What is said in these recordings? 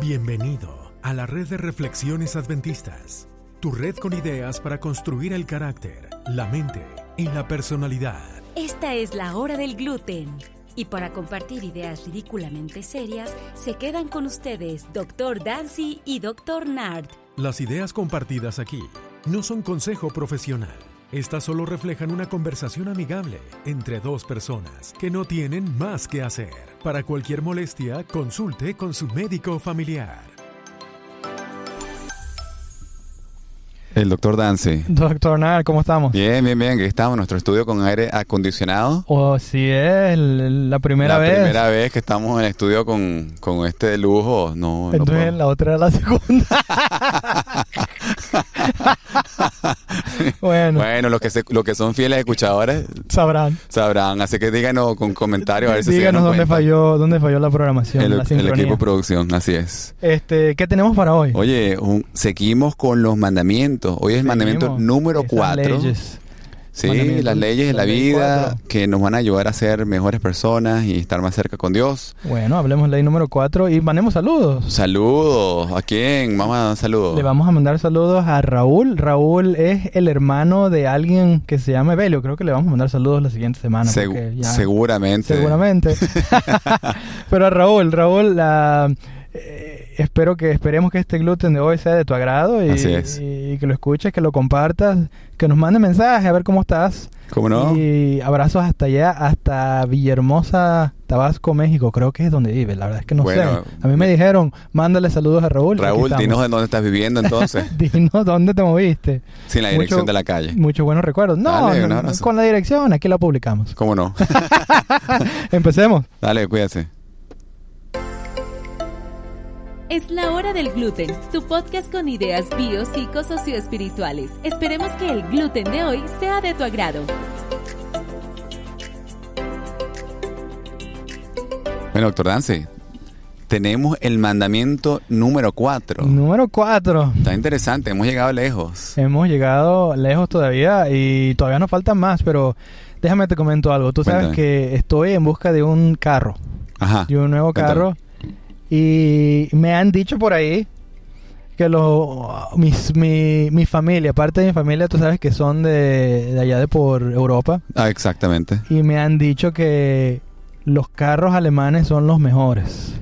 Bienvenido a la red de reflexiones adventistas, tu red con ideas para construir el carácter, la mente y la personalidad. Esta es la hora del gluten. Y para compartir ideas ridículamente serias, se quedan con ustedes Dr. Dancy y Dr. Nard. Las ideas compartidas aquí no son consejo profesional. Estas solo reflejan una conversación amigable entre dos personas que no tienen más que hacer. Para cualquier molestia, consulte con su médico familiar. El doctor Dance. Doctor Nar, ¿cómo estamos? Bien, bien, bien. Aquí estamos en nuestro estudio con aire acondicionado. Oh, sí es la primera la vez. primera vez que estamos en el estudio con, con este lujo. No, no Entonces podemos. la otra era la segunda. bueno, Bueno, los que, se- los que son fieles escuchadores sabrán. sabrán. Así que díganos con comentarios a ver si se Díganos dieron dónde cuenta. falló, dónde falló la programación, El, la el sincronía. equipo de producción, así es. este, ¿qué tenemos para hoy? Oye, un- seguimos con los mandamientos. Hoy es el mandamiento Seguimos. número Esas 4. leyes. Sí, Mandamientos, las leyes de la la ley vida cuatro. que nos van a ayudar a ser mejores personas y estar más cerca con Dios. Bueno, hablemos ley número 4 y mandemos saludos. Saludos. ¿A quién? Vamos a dar saludos. Le vamos a mandar saludos a Raúl. Raúl es el hermano de alguien que se llama Evelio. Creo que le vamos a mandar saludos la siguiente semana. Segu- porque ya- seguramente. Seguramente. Pero Raúl, Raúl, la- eh, espero que esperemos que este gluten de hoy sea de tu agrado y, Así es. y que lo escuches, que lo compartas, que nos mande mensajes a ver cómo estás. ¿Cómo no? Y abrazos hasta allá, hasta Villahermosa, Tabasco, México. Creo que es donde vive. La verdad es que no Bueno, sé. A mí me dijeron, mándale saludos a Raúl. y aquí Raúl, estamos. dinos de dónde estás viviendo entonces. Dinos dónde te moviste. Sin la dirección Mucho- de la calle. Muchos buenos recuerdos. No, Dale, no, un no, abrazo. con la dirección, aquí la publicamos. ¿Cómo no? Empecemos. Dale, cuídate. Es la hora del gluten, tu podcast con ideas bio, psico, socioespirituales. Esperemos que el gluten de hoy sea de tu agrado. Bueno, doctor Dance, tenemos el mandamiento número 4. Número 4. Está interesante, hemos llegado lejos. Hemos llegado lejos todavía y todavía nos faltan más, pero déjame te comento algo. Tú sabes Cuéntame. que estoy en busca de un carro, Ajá. de un nuevo Cuéntame. carro. Y me han dicho por ahí que lo, mis, mi, mi familia, parte de mi familia, tú sabes que son de, de allá de por Europa. Ah, exactamente. Y me han dicho que los carros alemanes son los mejores.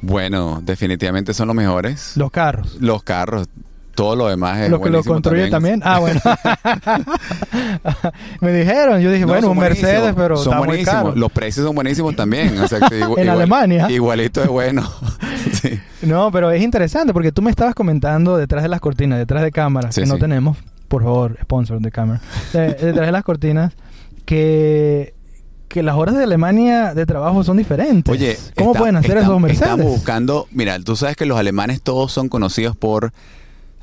Bueno, definitivamente son los mejores. Los carros. Los carros, todo lo demás es Los que lo Eh, buenísimo construyen también. Ah, bueno. me dijeron, yo dije, No, bueno, son un Mercedes, buenísimos, pero son está muy buenísimos. caro. Los precios son buenísimos también. o sea, que igu- En igual- Alemania. Este, Igualito de bueno. sí. No, pero es interesante porque tú me estabas comentando detrás de las cortinas, detrás de cámaras, Sí, que no sí. tenemos, por favor, sponsor de cámara, Eh, detrás de las cortinas, que, que las horas de Alemania de trabajo son diferentes. Oye, ¿cómo está- pueden hacer está- esos Estamos Mercedes? buscando, mira, tú sabes que los alemanes todos son conocidos por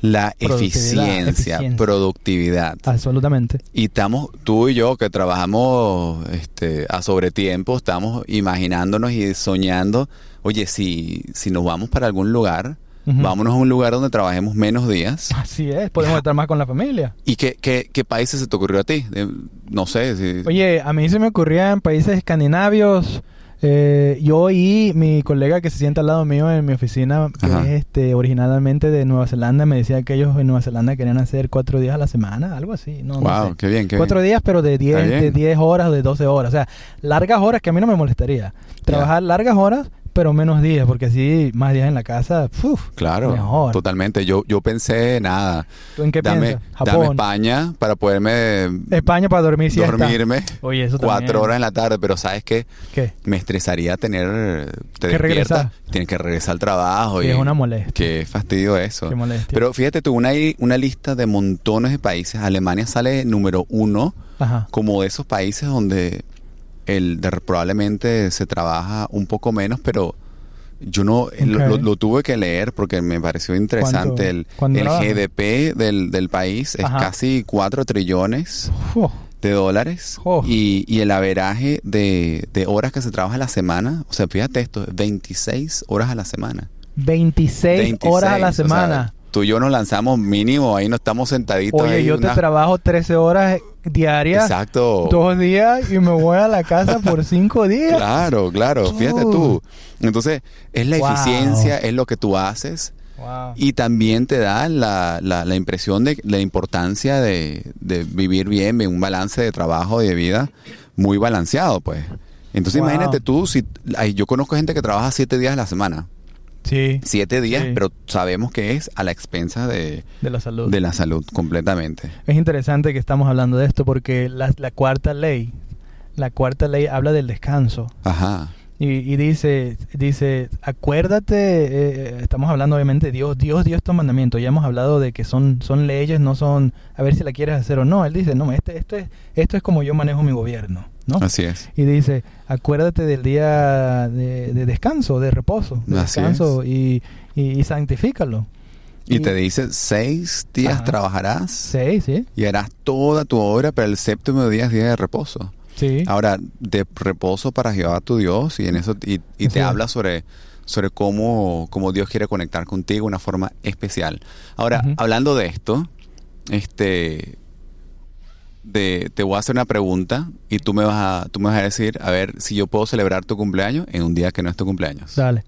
la Productividad, eficiencia, eficiencia. productividad. Absolutamente. Y estamos, tú y yo que trabajamos este, a sobretiempo, estamos imaginándonos y soñando, oye, si, si nos vamos para algún lugar, Ujú. vámonos a un lugar donde trabajemos menos días. Así es, podemos estar más con la familia. ¿Y qué, qué, qué países se te ocurrió a ti? Eh, no sé, si, Oye, a mí se me ocurrían países escandinavios. eh, yo y mi colega que se sienta al lado mío en mi oficina, que Ajá. es este, originalmente de Nueva Zelanda, me decía que ellos en Nueva Zelanda querían hacer cuatro días a la semana, algo así. No, no wow, sé. qué bien, qué Cuatro bien. días, pero de 10 bien. de 10 horas o de 12 horas. O sea, largas horas que a mí no me molestaría. Trabajar largas horas, pero menos días, porque así más días en la casa. uf, Claro, Mejor. totalmente. Yo, yo pensé nada. ¿Tú en qué dame, piensas? dame Japón. España para poderme España para dormir siesta. dormirme Oye, eso cuatro también. horas en la tarde, pero sabes que ¿Qué? me estresaría tener te Que regresar. despiertas, Tienes que regresar al trabajo. Que y es una molestia. Qué fastidio eso. Qué molestia. Pero fíjate tú, una, una lista de montones de países. Alemania sale número uno Ajá. como de esos países donde el de- probablemente se trabaja un poco menos, pero yo no eh, lo, Ok. lo- lo tuve que leer porque me pareció interesante. El, cuánto el trabaja? GDP del, del país es Ajá. casi 4 trillones Uf. de dólares Oh. y, y el averaje de, de horas que se trabaja a la semana, o sea, fíjate esto, 26 horas a la semana. 26, 26, horas a la o sea, semana. tú y yo nos lanzamos mínimo, ahí no estamos sentaditos. Oye, ahí yo te unas trabajo 13 horas diarias. Exacto. Dos días y me voy a la casa por cinco días. Claro, claro, fíjate tú. Entonces, es la Wow. eficiencia, es lo que tú haces Wow. y también te da la, la- la impresión de la importancia de, de vivir bien, de un balance de trabajo y de vida muy balanceado, pues. Entonces, Wow. imagínate tú, si ay, yo conozco gente que trabaja siete días a la semana. Sí, Siete días, Sí. pero sabemos que es a la expensa de, de la salud. de la salud completamente. Es interesante que estamos hablando de esto porque la, la cuarta ley, la cuarta ley habla del descanso. Ajá. Y, y dice, dice, acuérdate, eh, estamos hablando obviamente de Dios, Dios dio estos mandamientos, ya hemos hablado de que son, son leyes, no son, a ver si la quieres hacer o no. Él dice, no, este, este, esto es como yo manejo mi gobierno, ¿no? Así es. Y dice, acuérdate del día de, de descanso, de reposo, de Así descanso y, y, y santifícalo. Y, Y- te dice, seis días Ajá. trabajarás. Sí, sí, y harás toda tu obra, pero el séptimo día es día de reposo. sí. Ahora, de reposo para Jehová tu Dios, y en eso y, y Así te es. habla sobre, sobre cómo, cómo Dios quiere conectar contigo de una forma especial. Ahora, Ujú. hablando de esto, este de- te voy a hacer una pregunta y tú me vas a, tú me vas a decir a ver si yo puedo celebrar tu cumpleaños en un día que no es tu cumpleaños. Dale.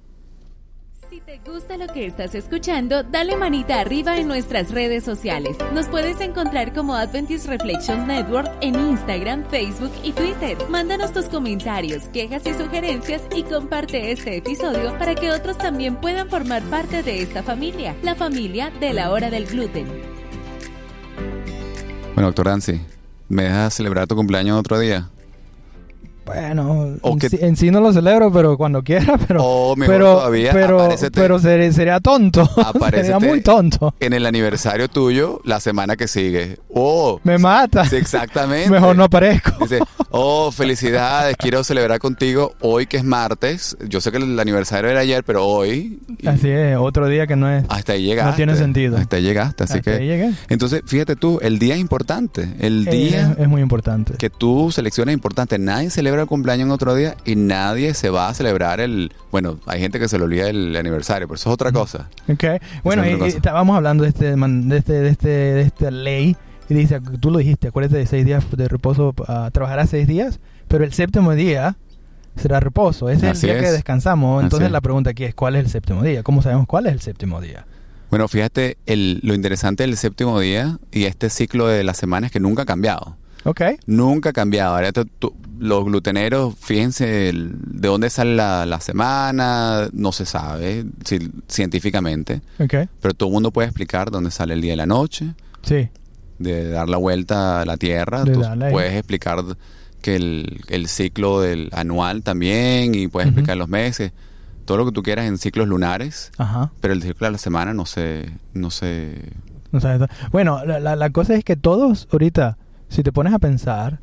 Si te gusta lo que estás escuchando, dale manita arriba en nuestras redes sociales. Nos puedes encontrar como Adventist Reflections Network en Instagram, Facebook y Twitter. Mándanos tus comentarios, quejas y sugerencias y comparte este episodio para que otros también puedan formar parte de esta familia, la familia de la hora del gluten. Bueno, doctor Dancy, ¿me dejas celebrar tu cumpleaños otro día? Bueno, O en, que- sí, en sí no lo celebro, pero cuando quiera, pero... o mejor pero, todavía, pero, aparécete. pero ser- sería tonto. sería Aparécete. muy tonto. en el aniversario tuyo la semana que sigue. Oh, Me mata. sí, exactamente. Mejor no aparezco. Dice, oh, felicidades, quiero celebrar contigo hoy que es martes. Yo sé que el aniversario era ayer, pero hoy y Así es, otro día que no es. hasta ahí llegaste. No tiene sentido. Hasta ahí llegaste, así Hasta que ahí llegué. entonces, fíjate tú, el día es importante, el Eh, día es, es muy importante. que tú seleccionas es importante. Nadie celebra el cumpleaños en otro día y nadie se va a celebrar el, bueno, hay gente que se le olvida el aniversario, pero eso es otra cosa. Okay. Bueno, otra y- y cosa. estábamos hablando de, este, man- de, este, de, este, de esta ley. Y dice, tú lo dijiste, acuérdate de seis días de reposo. ah, trabajarás seis días, pero el séptimo día será reposo. Ese es Así el día que es. descansamos. Así Entonces es. la pregunta aquí es, ¿cuál es el séptimo día? ¿Cómo sabemos cuál es el séptimo día? Bueno, fíjate el- lo interesante del séptimo día y este ciclo de las semanas que nunca ha cambiado. Ok. Nunca ha cambiado. Ahora tú- tú- los gluteneros, fíjense el- de dónde sale la, la semana, no se sabe si- científicamente, Ok. pero todo el mundo puede explicar dónde sale el día y la noche, Sí. de dar la vuelta a la Tierra. De Tú darle ahí. puedes explicar que el, el ciclo del anual también y puedes Ujú. explicar los meses, todo lo que tú quieras en ciclos lunares, Ajá. pero el ciclo de la semana no se... No se No sabes nada. bueno, la, la- la cosa es que todos, ahorita, si te pones a pensar,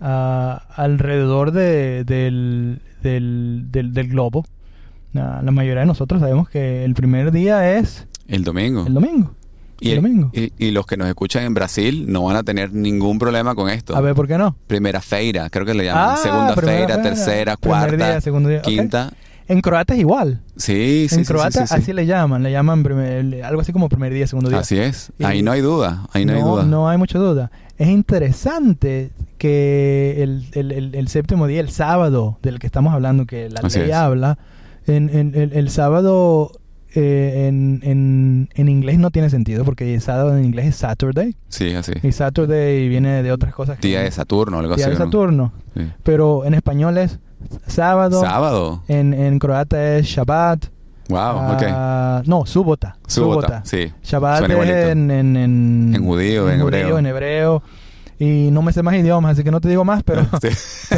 ah, alrededor de- del, del, del- del globo, ah, la mayoría de nosotros sabemos que el primer día es el domingo. el domingo. el domingo. y- y los que nos escuchan en Brasil no van a tener ningún problema con esto. A ver, ¿por qué no? Primera feira, creo que le llaman. Ah, Segunda primera feira, feira. tercera, Primer cuarta, día, segundo día, ok. quinta. En croata es igual. Sí, sí, sí, en croata sí, sí, sí. así le llaman, le llaman primer- algo así como primer día, segundo día. Así es. Y- Ahí no hay duda. Ahí no, hay duda. no hay mucha duda. Es interesante que el, el- el- el séptimo día, el sábado del que estamos hablando, que la Así ley es. habla, en, en- el, el sábado eh, en, en- en inglés no tiene sentido, porque el sábado en inglés es Saturday, Sí, así. y Saturday viene de otras cosas. que- Día de Saturno, algo Día así. de ¿no? Saturno. Sí. Pero en español es sábado, Sábado. En, en croata es Shabbat. Wow, ok. ah, No, Subota. Subota. Sí. Shabbat Suena es igualito. en, en, en, En judío, en hebreo. en hebreo. Y no me sé más idiomas, así que no te digo más, pero, Sí.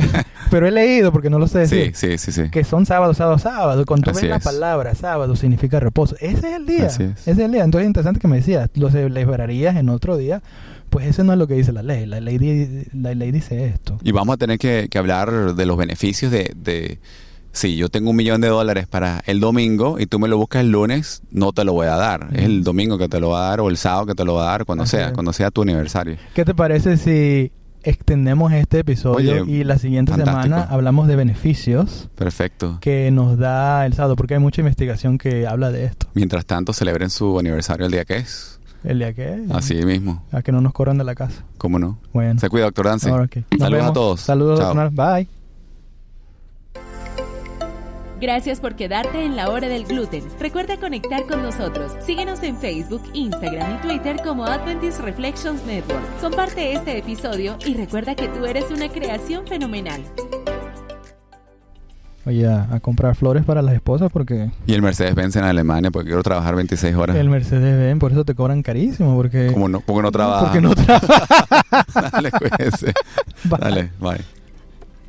pero he leído, porque no lo sé sí, decir, sí, sí, sí. que son sábado, sábado, sábado. Y Cuando tú Así ves la es. palabra sábado significa reposo. Ese es el día. Así es. Ese es el día. Entonces es interesante que me decías, lo celebrarías en otro día. Pues eso no es lo que dice la ley. La ley, di- la ley dice esto. Y vamos a tener que, que hablar de los beneficios de, de... Si yo tengo un millón de dólares para el domingo y tú me lo buscas el lunes, no te lo voy a dar. Es el domingo que te lo va a dar o el sábado que te lo va a dar, cuando Así sea, es. cuando sea tu aniversario. ¿Qué te parece si extendemos este episodio Oye, y la siguiente fantástico. semana hablamos de beneficios Perfecto. que nos da el sábado? Porque hay mucha investigación que habla de esto. Mientras tanto, celebren su aniversario el día que es. el día que Así mismo. a que no nos corran de la casa. ¿Cómo no? Bueno. Se cuida, doctor Dance. Ahora, ok. Nos Saludos a vemos. todos. Saludos, Chao. doctor. Bye. Gracias por quedarte en la hora del gluten. Recuerda conectar con nosotros. Síguenos en Facebook, Instagram y Twitter como Adventist Reflections Network. Comparte este episodio y recuerda que tú eres una creación fenomenal. Oye, a, a comprar flores para las esposas porque Y el Mercedes Benz en Alemania porque quiero trabajar 26 horas. el Mercedes Benz, por eso te cobran carísimo. Porque, ¿Cómo no? Porque no trabaja. Porque no trabaja. Dale, cuídense. Bye. Dale, bye.